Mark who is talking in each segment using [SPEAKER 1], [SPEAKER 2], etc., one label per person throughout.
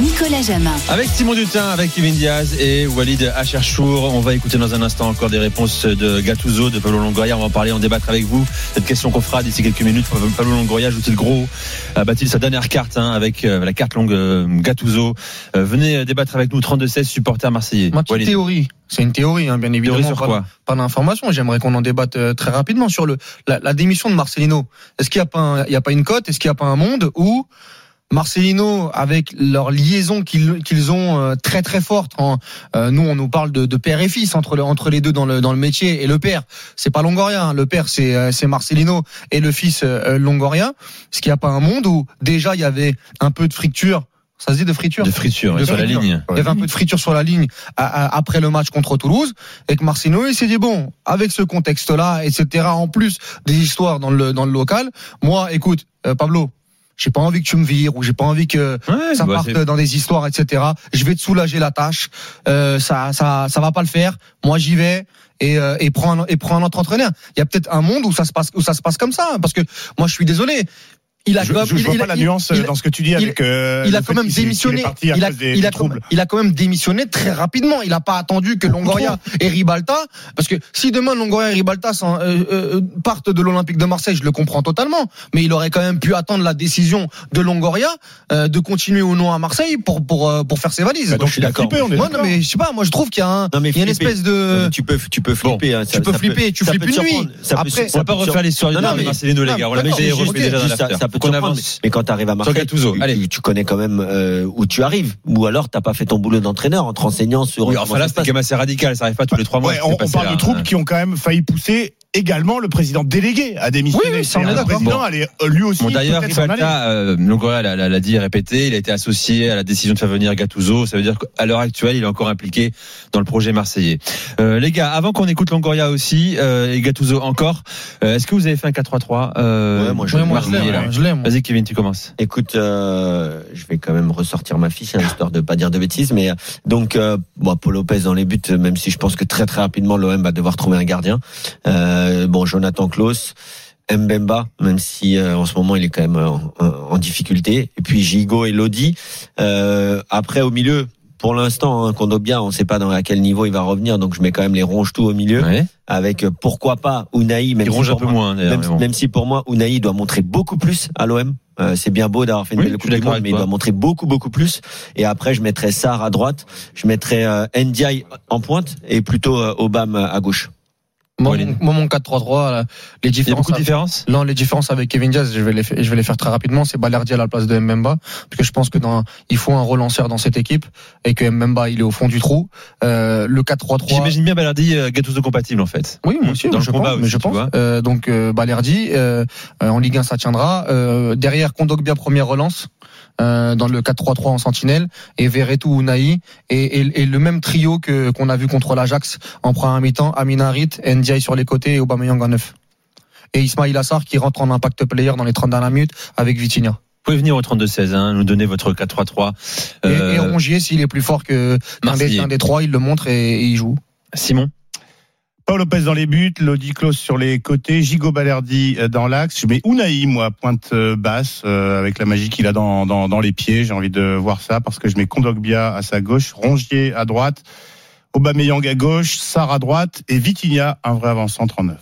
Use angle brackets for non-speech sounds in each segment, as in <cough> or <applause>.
[SPEAKER 1] Nicolas Jamin.
[SPEAKER 2] Avec Simon Dutin, avec Kevin Diaz et Walid Acharchour, on va écouter dans un instant encore des réponses de Gattuso, de Pablo Longoria. On va en parler, en débattre avec vous. Cette question qu'on fera d'ici quelques minutes. Pablo Longoria joue-t-il gros a bat-il sa dernière carte hein, avec euh, la carte longue euh, Gattuso Euh, Venez débattre avec nous, 32-16, supporters marseillais.
[SPEAKER 3] Ma petite
[SPEAKER 2] Walid,
[SPEAKER 3] théorie, c'est une théorie, hein, bien évidemment.
[SPEAKER 2] théorie sur
[SPEAKER 3] pas,
[SPEAKER 2] quoi
[SPEAKER 3] pas d'information. J'aimerais qu'on en débatte euh, très rapidement sur le, la, la démission de Marcelino. Est-ce qu'il n'y a, pas un- il y a pas une cote Est-ce qu'il n'y a pas un monde où Marcelino, avec leur liaison qu'ils qu'ils ont euh, très très forte, en, euh, nous on nous parle de, de père et fils entre, le- entre les deux dans le, dans le métier, et le père, c'est pas Longoria, hein. le père c'est euh, c'est Marcelino, et le fils euh, euh, Longoria. Est-ce qu'il n'y a pas un monde où déjà il y avait un peu de friture Ça se dit de friture
[SPEAKER 2] de friture,
[SPEAKER 3] De
[SPEAKER 2] sur la
[SPEAKER 3] friture.
[SPEAKER 2] ligne.
[SPEAKER 3] il y avait un peu de friture sur la ligne à- à- après le match contre Toulouse et que Marcino il s'est dit bon avec ce contexte là etc en plus des histoires dans le dans le local moi écoute euh, Pablo j'ai pas envie que tu me vires ou j'ai pas envie que
[SPEAKER 2] Ouais,
[SPEAKER 3] ça
[SPEAKER 2] bah,
[SPEAKER 3] parte
[SPEAKER 2] c'est-
[SPEAKER 3] dans des histoires etc je vais te soulager la tâche euh, ça ça ça va pas le faire moi j'y vais et, euh, et prends un, et prends un autre entraîneur il y a peut-être un monde où ça se passe où ça se passe comme ça hein, parce que moi je suis désolé il a
[SPEAKER 4] Je,
[SPEAKER 3] quand-
[SPEAKER 4] je- je
[SPEAKER 3] il-
[SPEAKER 4] vois
[SPEAKER 3] il-
[SPEAKER 4] pas la
[SPEAKER 3] il-
[SPEAKER 4] nuance
[SPEAKER 3] il-
[SPEAKER 4] dans ce que tu dis avec. euh,
[SPEAKER 3] il
[SPEAKER 4] le
[SPEAKER 3] a
[SPEAKER 4] fait
[SPEAKER 3] quand même
[SPEAKER 4] qu'il- qu'il est
[SPEAKER 3] démissionné.
[SPEAKER 4] parti à
[SPEAKER 3] Il a,
[SPEAKER 4] cause des-
[SPEAKER 3] il
[SPEAKER 4] des
[SPEAKER 3] a quand-
[SPEAKER 4] troubles.
[SPEAKER 3] il a quand même démissionné très rapidement. Il a pas attendu que Longoria et Ribalta, parce que si demain Longoria et Ribalta sont, euh, euh, partent de l'Olympique de Marseille, je le comprends totalement. Mais il aurait quand même pu attendre la décision de Longoria euh, de continuer ou non à Marseille pour pour euh, pour faire ses valises.
[SPEAKER 4] Bah, donc,
[SPEAKER 2] je suis
[SPEAKER 4] il a
[SPEAKER 2] d'accord.
[SPEAKER 4] flippé, on est
[SPEAKER 3] Moi, non,
[SPEAKER 4] d'accord.
[SPEAKER 3] mais je sais pas. Moi, je trouve qu'il y a, un-
[SPEAKER 5] Non, mais
[SPEAKER 3] il y a une
[SPEAKER 5] flipper.
[SPEAKER 3] espèce
[SPEAKER 5] Non,
[SPEAKER 3] de
[SPEAKER 5] mais tu peux, tu peux flipper. hein,
[SPEAKER 3] tu peux
[SPEAKER 5] peut-
[SPEAKER 3] flipper, tu
[SPEAKER 5] ça
[SPEAKER 3] flippes
[SPEAKER 5] peut te
[SPEAKER 3] une
[SPEAKER 5] surprendre,
[SPEAKER 3] nuit.
[SPEAKER 5] Ça peut,
[SPEAKER 3] Après-
[SPEAKER 2] On
[SPEAKER 5] ça
[SPEAKER 2] va pas
[SPEAKER 5] peut te
[SPEAKER 2] refaire
[SPEAKER 5] surprendre.
[SPEAKER 2] l'histoire
[SPEAKER 5] Non,
[SPEAKER 2] de
[SPEAKER 5] non, mais-
[SPEAKER 2] Marcelino, les
[SPEAKER 3] Ah,
[SPEAKER 2] gars. On l'a
[SPEAKER 3] d'accord,
[SPEAKER 2] fait
[SPEAKER 3] mais
[SPEAKER 2] refaire
[SPEAKER 3] juste-
[SPEAKER 2] déjà dans
[SPEAKER 5] juste ça,
[SPEAKER 2] l'after.
[SPEAKER 5] ça peut te
[SPEAKER 2] Qu'on
[SPEAKER 5] surprendre,
[SPEAKER 2] avance.
[SPEAKER 5] Mais quand t'arrives à Marseille, tu,
[SPEAKER 2] Gattuso, allez.
[SPEAKER 5] tu- tu connais quand même euh, où tu arrives. Ou alors t'as pas fait ton boulot d'entraîneur en te renseignant sur.
[SPEAKER 2] Oui,
[SPEAKER 5] comment
[SPEAKER 2] enfin
[SPEAKER 5] ça
[SPEAKER 2] là,
[SPEAKER 5] se
[SPEAKER 2] c'est
[SPEAKER 5] passe.
[SPEAKER 2] quand même assez radical. Ça arrive pas tous les trois mois.
[SPEAKER 4] Ouais,
[SPEAKER 2] ce qui
[SPEAKER 4] on,
[SPEAKER 2] s'est
[SPEAKER 4] on
[SPEAKER 2] passé
[SPEAKER 4] parle
[SPEAKER 2] là,
[SPEAKER 4] de troupes
[SPEAKER 2] hein.
[SPEAKER 4] qui ont quand même failli pousser également le président délégué à démissionner.
[SPEAKER 3] Oui, oui, ça, on est
[SPEAKER 4] C'est-à-dire, Le
[SPEAKER 3] d'accord.
[SPEAKER 4] président allait euh, lui aussi.
[SPEAKER 2] Bon, d'ailleurs,
[SPEAKER 4] peut-être s'en aller.
[SPEAKER 2] Rivalta, euh, Longoria l'a- l'a l'a dit et répété, il a été associé à la décision de faire venir Gattuso. Ça veut dire qu'à l'heure actuelle, il est encore impliqué dans le projet marseillais. Euh, les gars, avant qu'on écoute Longoria aussi euh, et Gattuso encore, euh, est-ce que vous avez fait un 4-3-3 euh,
[SPEAKER 5] Ouais, moi, je-
[SPEAKER 3] Ouais, moi, je
[SPEAKER 2] marseillais,
[SPEAKER 3] l'aime,
[SPEAKER 2] là
[SPEAKER 3] hein, je l'aime.
[SPEAKER 2] Vas-y, Kevin, tu commences.
[SPEAKER 5] Écoute, euh, je vais quand même ressortir ma fiche, hein,
[SPEAKER 2] <laughs>
[SPEAKER 5] histoire de pas dire de bêtises. Mais euh, donc, euh, bon, Paul Lopez dans les buts, euh, même si je pense que très très rapidement l'OM va devoir trouver un gardien. Euh, bon, Jonathan Klaus, Mbemba, même si euh, en ce moment il est quand même euh, en, en difficulté. Et puis Gigo et Lodi. Euh, après, au milieu. Pour l'instant, hein, Kondobia, on ne sait pas dans à quel niveau il va revenir, donc je mets quand même les ronges tout au milieu,
[SPEAKER 2] Ouais.
[SPEAKER 5] avec euh, pourquoi pas Unai, même
[SPEAKER 2] Il
[SPEAKER 5] si
[SPEAKER 2] ronge un
[SPEAKER 5] pour
[SPEAKER 2] peu
[SPEAKER 5] moi-
[SPEAKER 2] moins, d'ailleurs.
[SPEAKER 5] même,
[SPEAKER 2] mais bon.
[SPEAKER 5] même si pour moi, Unai doit montrer beaucoup plus à l'OM. Euh, c'est bien beau d'avoir fait une
[SPEAKER 2] Oui,
[SPEAKER 5] belle
[SPEAKER 2] je suis
[SPEAKER 5] Coupe du
[SPEAKER 2] d'accord
[SPEAKER 5] Monde,
[SPEAKER 2] avec
[SPEAKER 5] mais il
[SPEAKER 2] toi.
[SPEAKER 5] doit montrer beaucoup, beaucoup plus. Et après, je mettrais Sarr à droite, je mettrais euh, Ndiaye en pointe et plutôt euh, Obama à gauche.
[SPEAKER 3] Moi,
[SPEAKER 2] Walid.
[SPEAKER 3] mon- moi, mon 4-3-3,
[SPEAKER 2] Il
[SPEAKER 3] là, les
[SPEAKER 2] y a
[SPEAKER 3] différences.
[SPEAKER 2] beaucoup de différences
[SPEAKER 3] Non, les différences avec Kevin Diaz, je vais les, fa- je vais les faire très rapidement. C'est Balerdi à la place de Mbemba, parce que je pense que dans, il faut un relanceur dans cette équipe et que Mbemba il est au fond du trou. Euh, le 4-3-3.
[SPEAKER 2] J'imagine bien Balardi euh, Gattuso compatible, en fait.
[SPEAKER 3] Oui, moi aussi,
[SPEAKER 2] Dans le
[SPEAKER 3] je
[SPEAKER 2] combat
[SPEAKER 3] pense. mais
[SPEAKER 2] aussi,
[SPEAKER 3] je
[SPEAKER 2] tu
[SPEAKER 3] pense.
[SPEAKER 2] vois.
[SPEAKER 3] Euh, donc euh, Balerdi euh, euh, en Ligue 1 ça tiendra. Euh, derrière Kondogbia première relance euh, dans le 4-3-3 en sentinelle et Verretou Unai et, et, et le même trio que qu'on a vu contre l'Ajax en première mi-temps, Aminarit, Ndiaye sur les côtés et Aubameyang en neuf. Et Ismail Assar qui rentre en impact player dans les 30 dernières minutes avec Vitinha.
[SPEAKER 2] Vous pouvez venir au 32-16, hein, nous donner votre 4-3-3.
[SPEAKER 3] Et,
[SPEAKER 2] Euh,
[SPEAKER 3] et Rongier, s'il est plus fort que qu'un des,
[SPEAKER 2] Marseillais.
[SPEAKER 3] qu'un des trois, il le montre et, et il joue.
[SPEAKER 2] Simon
[SPEAKER 4] Paul Lopez dans les buts, Lodi Klaus sur les côtés, Gigo Balerdi euh, dans l'axe. Je mets Unai, moi, pointe euh, basse, euh, avec la magie qu'il a dans, dans, dans les pieds. J'ai envie de voir ça parce que je mets Kondogbia à sa gauche, Rongier à droite, Aubameyang à gauche, Sarr à droite et Vitinha, un vrai avant-centre en neuf.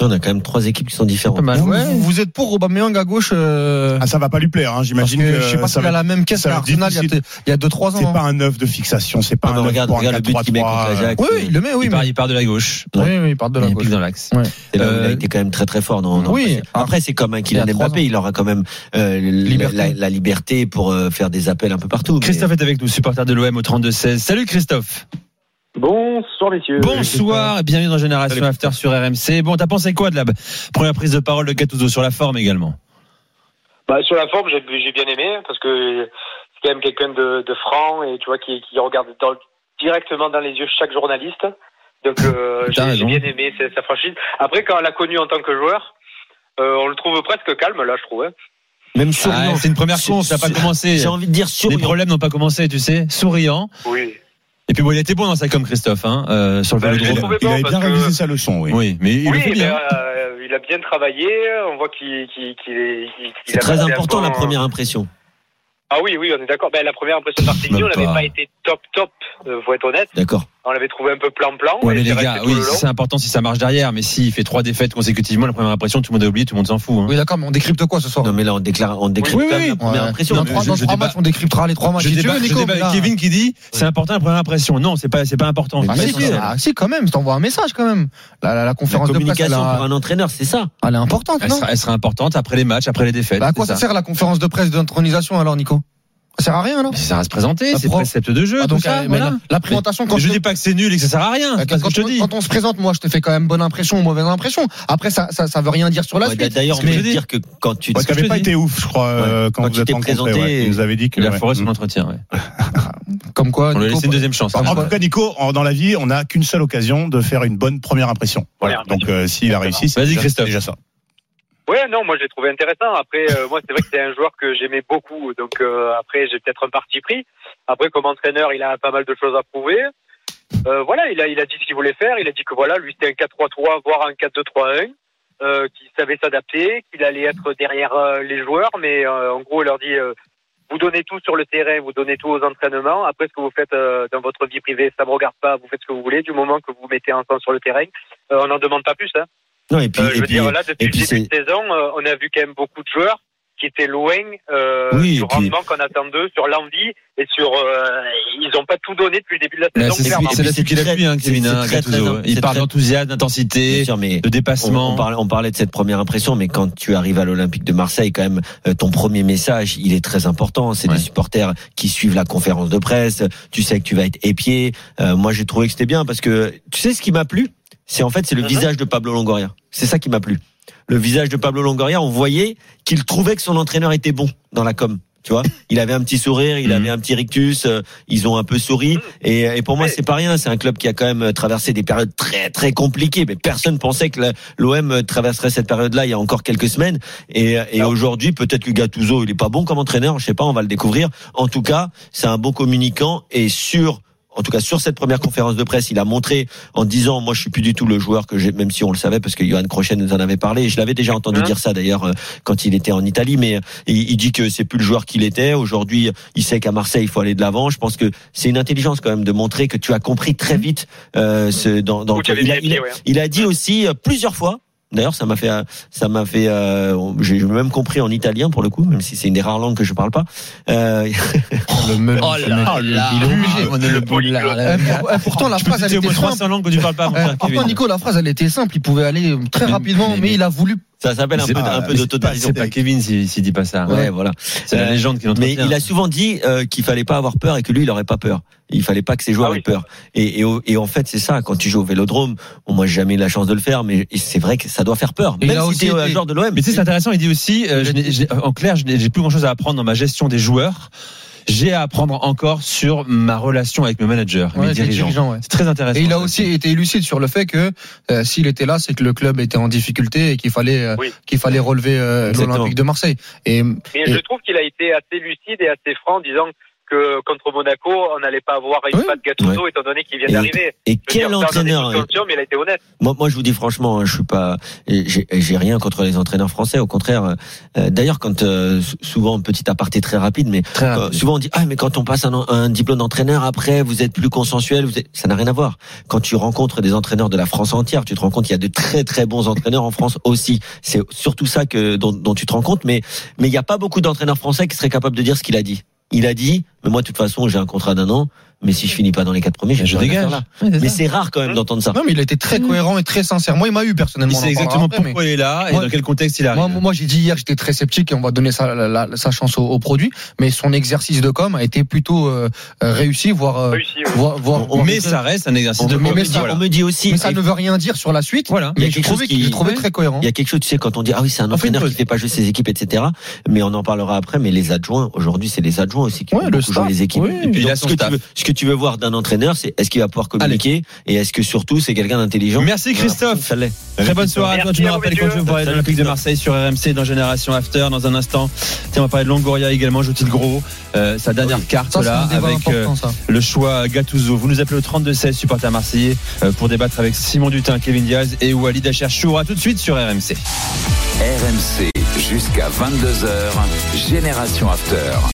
[SPEAKER 5] On a quand même trois équipes qui sont différentes.
[SPEAKER 2] Pas mal.
[SPEAKER 3] vous, vous- vous êtes pour Aubameyang à gauche euh,
[SPEAKER 4] Ah, ça va pas lui plaire, hein,
[SPEAKER 3] parce
[SPEAKER 4] j'imagine.
[SPEAKER 3] que je sais
[SPEAKER 4] que
[SPEAKER 3] pas
[SPEAKER 4] ça
[SPEAKER 3] s'il
[SPEAKER 4] va
[SPEAKER 3] a la même caisse
[SPEAKER 4] ça
[SPEAKER 3] qu'à
[SPEAKER 4] va être
[SPEAKER 3] Arsenal il y a
[SPEAKER 4] difficile.
[SPEAKER 3] peut- il y a 2-3
[SPEAKER 4] C'est
[SPEAKER 3] ans. hein.
[SPEAKER 4] pas un neuf de fixation, c'est pas
[SPEAKER 5] Ah, mais
[SPEAKER 4] un neuf
[SPEAKER 5] regarde,
[SPEAKER 4] pour un
[SPEAKER 5] regarde le but qu'il met contre
[SPEAKER 4] 4-3-3,
[SPEAKER 5] l'Ajax.
[SPEAKER 3] Oui, oui, il le met, oui.
[SPEAKER 2] il,
[SPEAKER 3] mais-
[SPEAKER 2] part, il part de la gauche.
[SPEAKER 3] Oui, oui, il part de la
[SPEAKER 2] il
[SPEAKER 3] gauche.
[SPEAKER 2] pique dans l'axe.
[SPEAKER 5] C'est là où il
[SPEAKER 2] Euh, Ah.
[SPEAKER 5] a été quand même très très fort dans, dans
[SPEAKER 3] Oui,
[SPEAKER 5] le passé. après c'est comme un Kylian
[SPEAKER 3] il y a trois
[SPEAKER 5] Mbappé, il aura quand même euh,
[SPEAKER 3] Liberté.
[SPEAKER 5] La, la liberté pour euh, faire des appels un peu partout. mais-
[SPEAKER 2] Christophe est avec nous, supporter de l'OM au 32-16. Salut Christophe.
[SPEAKER 6] Bonsoir messieurs.
[SPEAKER 2] Bonsoir et bienvenue dans Génération
[SPEAKER 6] Salut.
[SPEAKER 2] After sur RMC. Bon, t'as pensé quoi de la première prise de parole de Gattuso sur la forme également
[SPEAKER 6] Bah, sur la forme, j'ai j'ai bien aimé hein, parce que c'est quand même quelqu'un de, de franc et tu vois qui, qui regarde dans- directement dans les yeux chaque journaliste. Donc euh,
[SPEAKER 2] T'as
[SPEAKER 6] j'ai j'ai
[SPEAKER 2] raison.
[SPEAKER 6] bien aimé sa, sa franchise. Après, quand on l'a connu en tant que joueur, euh, on le trouve presque calme là, je trouve. hein.
[SPEAKER 5] Même souriant.
[SPEAKER 2] Ah, C'est une première
[SPEAKER 5] Sur-
[SPEAKER 2] course, ça n'a pas
[SPEAKER 5] sur-
[SPEAKER 2] commencé.
[SPEAKER 5] J'ai envie de dire
[SPEAKER 2] Les
[SPEAKER 5] souriant.
[SPEAKER 2] problèmes n'ont pas commencé, tu sais. Souriant.
[SPEAKER 6] Oui.
[SPEAKER 2] Et puis bon, il était bon dans ça comme Christophe, hein, euh, sur le
[SPEAKER 6] Bah,
[SPEAKER 2] vélo
[SPEAKER 6] je l'ai
[SPEAKER 2] de
[SPEAKER 6] trouvé
[SPEAKER 4] Il
[SPEAKER 6] bon
[SPEAKER 4] avait
[SPEAKER 6] parce
[SPEAKER 4] bien
[SPEAKER 6] que-
[SPEAKER 4] révisé sa leçon, oui.
[SPEAKER 2] Oui, mais il le
[SPEAKER 6] Oui,
[SPEAKER 2] fait
[SPEAKER 6] ben,
[SPEAKER 2] bien.
[SPEAKER 6] euh, il a bien travaillé. On voit qu'il qu'il- qu'il est. qu'il- qu'il
[SPEAKER 5] C'est
[SPEAKER 6] a
[SPEAKER 5] très
[SPEAKER 6] passé un
[SPEAKER 5] important
[SPEAKER 6] bon-
[SPEAKER 5] la première impression.
[SPEAKER 6] Ah oui, oui, on est d'accord. Ben, la première impression de Marseille,
[SPEAKER 5] Même
[SPEAKER 6] on n'avait
[SPEAKER 5] pas.
[SPEAKER 6] pas été top, top, euh, faut être honnête.
[SPEAKER 5] D'accord.
[SPEAKER 6] On l'avait trouvé un peu plan-plan.
[SPEAKER 2] Ouais,
[SPEAKER 6] et
[SPEAKER 2] mais les
[SPEAKER 6] c'est resté
[SPEAKER 2] gars,
[SPEAKER 6] tout
[SPEAKER 2] oui,
[SPEAKER 6] le long.
[SPEAKER 2] c'est important si ça marche derrière, mais s'il fait trois défaites consécutivement, la première impression, tout le monde a oublié, tout le monde s'en fout. hein.
[SPEAKER 3] Oui, d'accord, mais on décrypte quoi ce soir
[SPEAKER 5] Non mais là on déclare, on décrypte
[SPEAKER 2] Oui,
[SPEAKER 5] quand même
[SPEAKER 2] oui,
[SPEAKER 5] la première
[SPEAKER 3] Ouais.
[SPEAKER 5] impression.
[SPEAKER 3] Dans
[SPEAKER 2] Non, mais
[SPEAKER 3] trois
[SPEAKER 2] je-
[SPEAKER 3] dans
[SPEAKER 2] je
[SPEAKER 3] trois
[SPEAKER 2] débat-
[SPEAKER 3] matchs, on décryptera les trois matchs.
[SPEAKER 2] je
[SPEAKER 3] Si tu
[SPEAKER 2] débat,
[SPEAKER 3] veux,
[SPEAKER 2] je
[SPEAKER 3] Nico,
[SPEAKER 2] débat
[SPEAKER 3] mais
[SPEAKER 2] avec
[SPEAKER 3] là-
[SPEAKER 2] Kevin qui dit c'est important la première impression. Non, c'est pas, c'est pas important.
[SPEAKER 3] Ah,
[SPEAKER 5] Mais
[SPEAKER 3] si,
[SPEAKER 5] c'est
[SPEAKER 3] si,
[SPEAKER 5] ça.
[SPEAKER 3] ah, si, quand même, c'est envoie un message quand même. La, la, la
[SPEAKER 5] La
[SPEAKER 3] conférence de presse, elle,
[SPEAKER 5] communication
[SPEAKER 3] a-
[SPEAKER 5] pour un entraîneur, c'est ça.
[SPEAKER 3] elle est importante,
[SPEAKER 2] Elle
[SPEAKER 3] non
[SPEAKER 2] sera, elle sera importante après les matchs, après les défaites.
[SPEAKER 3] Bah, À quoi
[SPEAKER 2] c'est
[SPEAKER 3] ça sert la conférence de presse d'intronisation alors, Nico Ça sert à rien, alors
[SPEAKER 2] Ça sert à se présenter,
[SPEAKER 3] Ah,
[SPEAKER 2] c'est
[SPEAKER 3] pro.
[SPEAKER 2] précepte de jeu.
[SPEAKER 3] Ah,
[SPEAKER 2] tout
[SPEAKER 3] donc,
[SPEAKER 2] ça,
[SPEAKER 3] euh, mais
[SPEAKER 2] voilà.
[SPEAKER 3] la- La présentation,
[SPEAKER 2] Mais
[SPEAKER 3] quand
[SPEAKER 2] je
[SPEAKER 3] tu-
[SPEAKER 2] dis pas que c'est nul et que ça sert à rien. C'est
[SPEAKER 3] Quand,
[SPEAKER 2] pas ce que je
[SPEAKER 3] on-
[SPEAKER 2] te dis.
[SPEAKER 3] quand on se présente, moi, je te fais quand même bonne impression ou mauvaise impression. Après, ça, ça, ça veut rien dire sur la
[SPEAKER 5] Ouais,
[SPEAKER 3] suite.
[SPEAKER 5] D'ailleurs, on
[SPEAKER 2] ce que je
[SPEAKER 5] peut
[SPEAKER 2] dis.
[SPEAKER 5] dire que quand tu
[SPEAKER 4] Ouais,
[SPEAKER 2] ce que
[SPEAKER 4] t'avais
[SPEAKER 2] je
[SPEAKER 4] pas
[SPEAKER 2] te
[SPEAKER 4] été ouf, je crois, euh, quand
[SPEAKER 5] Quand
[SPEAKER 4] vous
[SPEAKER 5] tu
[SPEAKER 4] êtes
[SPEAKER 5] t'es
[SPEAKER 4] rencontrés.
[SPEAKER 5] présenté,
[SPEAKER 4] ouais. Tu nous avez dit que.
[SPEAKER 2] Il a
[SPEAKER 4] ouais.
[SPEAKER 2] foré son
[SPEAKER 4] Mm.
[SPEAKER 2] entretien. ouais.
[SPEAKER 3] Comme quoi,
[SPEAKER 2] On lui a
[SPEAKER 3] Nico,
[SPEAKER 2] laissé une deuxième chance.
[SPEAKER 3] Pardon.
[SPEAKER 4] En tout cas, Nico, en- dans la vie, on n'a qu'une seule occasion de faire une bonne première impression. Voilà.
[SPEAKER 6] Première
[SPEAKER 4] Donc, euh, s'il a réussi, c'est
[SPEAKER 2] Vas-y,
[SPEAKER 4] déjà-
[SPEAKER 2] Christophe.
[SPEAKER 4] déjà ça.
[SPEAKER 6] Ouais, non, moi je l'ai trouvé intéressant. Après, euh, moi c'est vrai que c'est un joueur que j'aimais beaucoup, donc euh, après j'ai peut-être un parti pris. Après, comme entraîneur, il a pas mal de choses à prouver. Euh, voilà, il a, il a dit ce qu'il voulait faire. Il a dit que voilà, lui c'était un 4-3-3, voire un 4-2-3-1, euh, qu'il savait s'adapter, qu'il allait être derrière euh, les joueurs, mais euh, en gros, il leur dit euh, vous donnez tout sur le terrain, vous donnez tout aux entraînements. Après, ce que vous faites euh, dans votre vie privée, ça me regarde pas. Vous faites ce que vous voulez du moment que vous mettez ensemble sur le terrain. Euh, on n'en demande pas plus. Hein.
[SPEAKER 5] Non et puis
[SPEAKER 6] Euh, je
[SPEAKER 5] et
[SPEAKER 6] veux
[SPEAKER 5] puis-
[SPEAKER 6] dire, là, depuis
[SPEAKER 5] et puis
[SPEAKER 6] le début de saison, euh, on a vu quand même beaucoup de joueurs qui étaient loin euh,
[SPEAKER 5] Oui,
[SPEAKER 6] du
[SPEAKER 5] et puis-
[SPEAKER 6] rendement qu'on attend d'eux, sur l'envie et sur. euh, ils n'ont pas tout donné depuis le début de la
[SPEAKER 2] Mais
[SPEAKER 6] saison,
[SPEAKER 2] c'est-
[SPEAKER 6] clairement.
[SPEAKER 2] C'est
[SPEAKER 5] Et puis
[SPEAKER 2] là-dessus qu'il
[SPEAKER 5] c'est
[SPEAKER 2] appuie, hein,
[SPEAKER 5] très-
[SPEAKER 2] Kevin
[SPEAKER 5] c'est
[SPEAKER 2] hein,
[SPEAKER 5] très,
[SPEAKER 2] Gattuso.
[SPEAKER 5] très-
[SPEAKER 2] Il
[SPEAKER 5] c'est
[SPEAKER 2] parle
[SPEAKER 5] très-
[SPEAKER 2] d'enthousiasme,
[SPEAKER 5] bien
[SPEAKER 2] d'intensité,
[SPEAKER 5] sûr, mais
[SPEAKER 2] de dépassement.
[SPEAKER 5] On, on parlait, on parlait de cette première impression, mais quand tu arrives à l'Olympique de Marseille, quand même, euh, ton premier message, il est très important. C'est
[SPEAKER 2] Ouais.
[SPEAKER 5] des supporters qui suivent la conférence de presse. Tu sais que tu vas être épié. Euh, moi, j'ai trouvé que c'était bien parce que tu sais ce qui m'a plu, c'est en fait c'est le
[SPEAKER 6] Mhm.
[SPEAKER 5] visage de Pablo Longoria. C'est ça qui m'a plu. Le visage de Pablo Longoria, on voyait qu'il trouvait que son entraîneur était bon dans la com. Tu vois, il avait un petit sourire, il
[SPEAKER 2] Mhm.
[SPEAKER 5] avait un petit rictus, euh, ils ont un peu souri. Et, et pour moi,
[SPEAKER 6] Oui.
[SPEAKER 5] c'est pas rien. C'est un club qui a quand même traversé des périodes très très compliquées. Mais personne pensait que la- l'OM traverserait cette période-là il y a encore quelques semaines. Et, et aujourd'hui, peut-être que Gattuso, il est pas bon comme entraîneur. Je sais pas, on va le découvrir. En tout cas, c'est un bon communicant et sur. En tout cas, sur cette première conférence de presse, il a montré en disant, moi, je suis plus du tout le joueur que j'ai, même si on le savait, parce que Johan Crochet nous en avait parlé, et je l'avais déjà entendu
[SPEAKER 6] Hein
[SPEAKER 5] dire ça d'ailleurs euh, quand il était en Italie, mais euh, il, il dit que c'est plus le joueur qu'il était. Aujourd'hui, il sait qu'à Marseille, il faut aller de l'avant. Je pense que c'est une intelligence quand même de montrer que tu as compris très
[SPEAKER 6] Mmh.
[SPEAKER 5] vite. Euh, ce, dans, dans,
[SPEAKER 6] Ou tu avais
[SPEAKER 5] il, a,
[SPEAKER 6] bien
[SPEAKER 5] il a-
[SPEAKER 6] aimé, ouais.
[SPEAKER 5] il a dit aussi euh, plusieurs fois. D'ailleurs, ça m'a fait, euh, ça m'a fait, euh, j'ai même compris en italien pour le coup, même si c'est une des rares langues que je parle pas. Euh,
[SPEAKER 3] le melon,
[SPEAKER 4] Oh
[SPEAKER 3] ce
[SPEAKER 4] là
[SPEAKER 3] mec.
[SPEAKER 4] là,
[SPEAKER 3] Il est obligé. Eh, pour- eh, Pourtant, la
[SPEAKER 2] Je peux
[SPEAKER 3] phrase,
[SPEAKER 2] te
[SPEAKER 3] elle
[SPEAKER 2] dire au moins
[SPEAKER 3] était simple.
[SPEAKER 2] 300 langues que tu parles pas, mon
[SPEAKER 3] Eh,
[SPEAKER 2] frère
[SPEAKER 3] Pourtant,
[SPEAKER 2] Kevin.
[SPEAKER 3] Nico, la phrase, elle était simple. Il pouvait aller euh, très
[SPEAKER 2] Mais-
[SPEAKER 3] rapidement,
[SPEAKER 2] mais-
[SPEAKER 3] mais il a voulu.
[SPEAKER 5] ça s'appelle un
[SPEAKER 2] C'est
[SPEAKER 5] peu,
[SPEAKER 2] pas-
[SPEAKER 5] un peu
[SPEAKER 2] c'est
[SPEAKER 5] d'autodérision.
[SPEAKER 2] C'est pas Kevin s'il s'il dit pas ça.
[SPEAKER 5] Ouais, voilà.
[SPEAKER 2] C'est la
[SPEAKER 5] Euh,
[SPEAKER 2] légende qui l'entretient.
[SPEAKER 5] Mais il a souvent dit euh, qu'il fallait pas avoir peur et que lui, il aurait pas peur. Il fallait pas que ses joueurs
[SPEAKER 6] Ah oui.
[SPEAKER 5] aient peur. Et, et, au- et en fait, c'est ça. Quand tu joues au Vélodrome, bon, moi, j'ai jamais eu la chance de le faire, mais c'est vrai que ça doit faire peur.
[SPEAKER 3] Et il
[SPEAKER 5] Même
[SPEAKER 3] a
[SPEAKER 5] si t'es
[SPEAKER 3] aussi
[SPEAKER 5] un
[SPEAKER 3] été-
[SPEAKER 5] joueur de l'OM.
[SPEAKER 2] Mais tu sais, c'est intéressant. Il dit aussi, euh, je n'ai- je n'ai- en clair, je n'ai j'ai plus grand chose à apprendre dans ma gestion des joueurs. J'ai à apprendre encore sur ma relation avec mes managers,
[SPEAKER 3] Ouais,
[SPEAKER 2] mes
[SPEAKER 3] c'est
[SPEAKER 2] dirigeants.
[SPEAKER 3] dirigeant, ouais.
[SPEAKER 2] C'est très intéressant.
[SPEAKER 3] Et il a
[SPEAKER 2] ça.
[SPEAKER 3] aussi été lucide sur le fait que euh, s'il était là, c'est que le club était en difficulté et qu'il fallait euh,
[SPEAKER 6] Oui.
[SPEAKER 3] qu'il fallait relever euh,
[SPEAKER 5] Exactement.
[SPEAKER 3] l'Olympique de Marseille. Et euh,
[SPEAKER 6] Mais je trouve qu'il a été assez lucide et assez franc, en disant que contre Monaco, on n'allait pas avoir une
[SPEAKER 3] Oui.
[SPEAKER 6] patte Gattuso, étant donné qu'il vient
[SPEAKER 5] Et-
[SPEAKER 6] d'arriver.
[SPEAKER 5] Et
[SPEAKER 6] Je veux
[SPEAKER 5] quel
[SPEAKER 6] dire, ça, on en est tous
[SPEAKER 5] entraîneur
[SPEAKER 6] conscients, mais il a été honnête.
[SPEAKER 5] Moi, moi, je vous dis franchement, hein, je suis pas, j'ai j'ai rien contre les entraîneurs français. Au contraire, euh, euh, d'ailleurs, quand euh, sou- souvent petit aparté très rapide, mais
[SPEAKER 2] Très
[SPEAKER 5] euh,
[SPEAKER 2] rapide.
[SPEAKER 5] souvent on dit ah mais quand on passe un, en- un diplôme d'entraîneur après, vous êtes plus consensuel. Vous êtes... Ça n'a rien à voir. Quand tu rencontres des entraîneurs de la France entière, tu te rends compte qu'il y a de très très bons entraîneurs en France aussi. C'est surtout ça que dont, dont tu te rends compte. Mais mais il n'y a pas beaucoup d'entraîneurs français qui seraient capables de dire ce qu'il a dit. Il a dit, mais moi de toute façon j'ai un contrat d'un an, mais si je finis pas dans les quatre premiers,
[SPEAKER 2] Je
[SPEAKER 5] j'ai plus rien à
[SPEAKER 2] dégage.
[SPEAKER 5] faire là.
[SPEAKER 2] Ouais, c'est
[SPEAKER 5] Mais
[SPEAKER 2] ça.
[SPEAKER 5] c'est rare quand même d'entendre ça.
[SPEAKER 3] non, mais il était très cohérent et très sincère. Moi, il m'a eu
[SPEAKER 2] Il
[SPEAKER 3] personnellement.
[SPEAKER 2] sait
[SPEAKER 3] on en parlera
[SPEAKER 2] exactement
[SPEAKER 3] après, mais-
[SPEAKER 2] pourquoi il est là et
[SPEAKER 3] Moi-
[SPEAKER 2] dans quel contexte il
[SPEAKER 3] Moi,
[SPEAKER 2] arrive.
[SPEAKER 3] moi j'ai dit hier, j'étais très sceptique et on va donner sa, la- la- sa chance au, au produit. Mais son exercice de com a été plutôt euh, euh, réussi, voire. euh,
[SPEAKER 6] Réussi, oui.
[SPEAKER 3] voire- voire- voire-
[SPEAKER 2] mais ça reste un exercice
[SPEAKER 5] On,
[SPEAKER 2] de
[SPEAKER 5] on me
[SPEAKER 2] comédie.
[SPEAKER 5] dit,
[SPEAKER 2] voilà.
[SPEAKER 5] on me dit aussi,
[SPEAKER 3] mais ça
[SPEAKER 5] et-
[SPEAKER 3] ne veut rien dire sur la suite.
[SPEAKER 2] Voilà.
[SPEAKER 5] Il y a
[SPEAKER 3] Mais j'ai
[SPEAKER 5] quelque
[SPEAKER 3] trouvé,
[SPEAKER 5] chose qui-
[SPEAKER 3] j'ai trouvé
[SPEAKER 5] ouais.
[SPEAKER 3] très cohérent.
[SPEAKER 5] Il y a quelque chose, tu sais, quand on dit, ah oui, c'est un
[SPEAKER 2] On fait une
[SPEAKER 5] entraîneur
[SPEAKER 2] pause.
[SPEAKER 5] qui fait pas jouer ses équipes, etc. Mais on en parlera après, mais les adjoints, aujourd'hui, c'est les adjoints aussi qui
[SPEAKER 3] Ouais,
[SPEAKER 5] font
[SPEAKER 3] le
[SPEAKER 5] beaucoup jouer
[SPEAKER 3] staff,
[SPEAKER 5] les équipes.
[SPEAKER 3] oui. Et
[SPEAKER 2] puis il
[SPEAKER 5] Donc,
[SPEAKER 2] a
[SPEAKER 5] ce
[SPEAKER 2] son
[SPEAKER 5] que tu
[SPEAKER 2] staff.
[SPEAKER 5] veux- ce que que tu veux voir d'un entraîneur, c'est est-ce qu'il va pouvoir communiquer et est-ce que surtout c'est quelqu'un d'intelligent.
[SPEAKER 2] Merci Christophe.
[SPEAKER 5] Ça l'est.
[SPEAKER 2] Très bonne soirée à toi. Tu me
[SPEAKER 6] Merci,
[SPEAKER 2] rappelles
[SPEAKER 6] Roméo.
[SPEAKER 2] quand tu veux parler de
[SPEAKER 5] Salut,
[SPEAKER 2] l'Olympique de
[SPEAKER 5] Christophe.
[SPEAKER 2] Marseille sur RMC dans Génération After dans un instant. Tiens, on va parler de Longoria également, Jotil Gros, euh, sa dernière carte
[SPEAKER 3] Ça, c'est
[SPEAKER 2] là
[SPEAKER 3] un débat
[SPEAKER 2] avec euh,
[SPEAKER 3] important, ça.
[SPEAKER 2] le choix Gattuso. Vous nous appelez au 32-16 supporter marseillais euh, pour débattre avec Simon Dutin, Kevin Diaz et Walid Acharchour. À tout de suite sur RMC.
[SPEAKER 7] RMC jusqu'à 22h, Génération After.